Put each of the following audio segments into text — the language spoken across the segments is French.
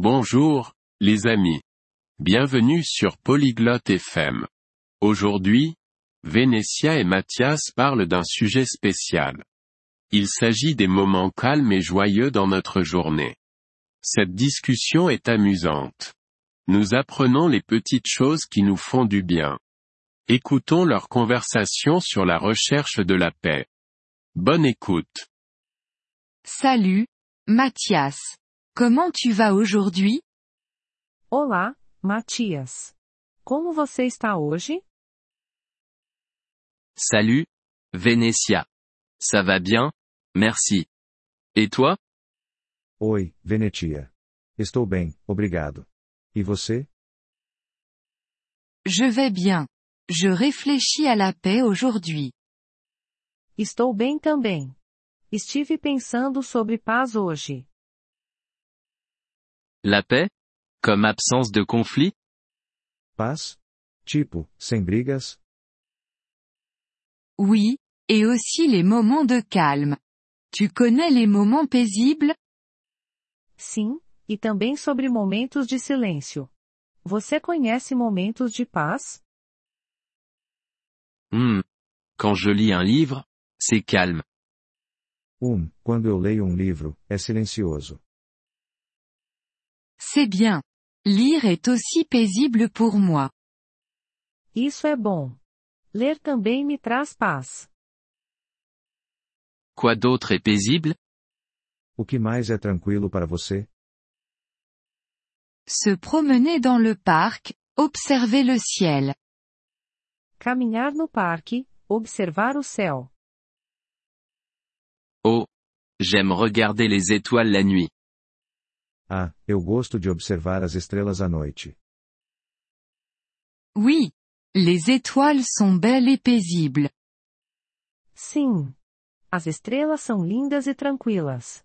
Bonjour, les amis. Bienvenue sur Polyglotte FM. Aujourd'hui, Vénétia et Mathias parlent d'un sujet spécial. Il s'agit des moments calmes et joyeux dans notre journée. Cette discussion est amusante. Nous apprenons les petites choses qui nous font du bien. Écoutons leur conversation sur la recherche de la paix. Bonne écoute. Salut, Mathias. Comment tu vas aujourd'hui? Olá, Matias. Como você está hoje? Salut, Vénétia. Ça va bien? Merci. Et toi? Oi, Venetia. Estou bem, obrigado. E você? Je vais bien. Je réfléchis à la paix aujourd'hui. Estou bem também. Estive pensando sobre paz hoje. La paix? Comme absence de conflit? Paz? Tipo, sem brigas? Oui, et aussi les moments de calme. Tu connais les moments paisibles? Sim, e também sobre momentos de silêncio. Você conhece momentos de paz? Hmm. Quand je lis un livre, c'est calme. Um, quando eu leio um livro, é silencioso. C'est bien. Lire est aussi paisible pour moi. Isso é bom. Ler também me traz paz. Quoi d'autre est paisible? O que mais é tranquilo para você? Se promener dans le parc, observer le ciel. Caminhar no parque, observar o céu. Oh. J'aime regarder les étoiles la nuit. Ah, eu gosto de observar as estrelas à noite. Oui. Les étoiles sont belles et paisibles. Sim. As estrelas são lindas e tranquilas.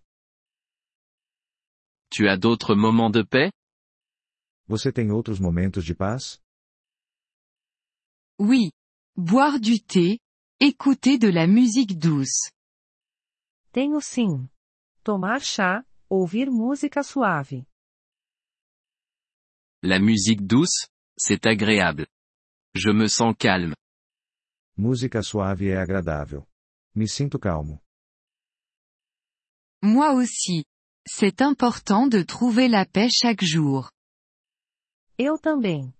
Tu as d'autres moments de paix? Você tem outros momentos de paz? Oui. Boire du thé, écouter de la musique douce. Tenho sim. Tomar chá, ouvir música suave. La musique douce? C'est agréable. Je me sens calme. Música suave é agradável. Me sinto calmo. Moi aussi. C'est important de trouver la paix chaque jour. Eu também.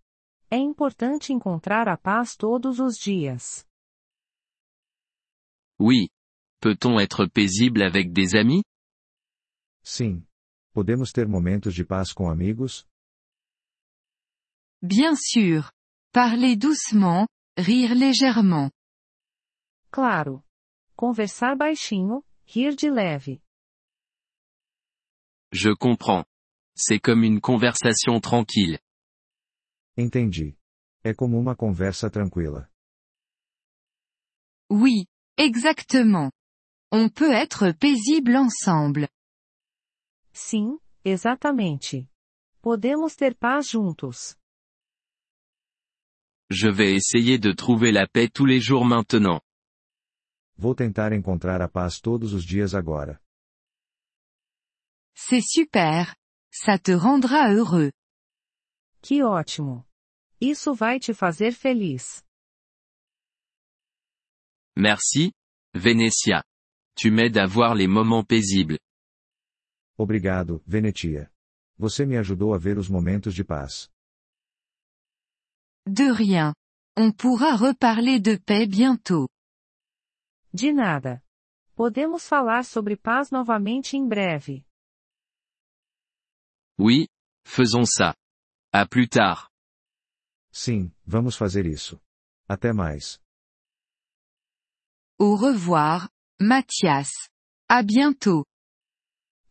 É importante encontrar a paz todos os dias. Oui. Peut-on être paisible avec des amis? Sim. Podemos ter momentos de paz com amigos? Bien sûr. Parler doucement, rire légèrement. Claro. Conversar baixinho, rir de leve. Je comprends. C'est comme une conversation tranquille. Entendi. É como uma conversa tranquila. Oui, exactement. On peut être paisible ensemble. Sim, exatamente. Podemos ter paz juntos. Je vais essayer de trouver la paix tous les jours maintenant. Vou tentar encontrar a paz todos os dias agora. C'est super. Ça te rendra heureux. Que ótimo. Isso vai te fazer feliz. Merci, Vénétia. Tu m'aides à voir les moments paisibles. Obrigado, Venetia. Você me ajudou a ver os momentos de paz. De rien. On pourra reparler de paix bientôt. De nada. Podemos falar sobre paz novamente em breve. Oui, faisons ça. À plus tard. Sim, vamos fazer isso. Até mais. Au revoir, Mathias. À bientôt.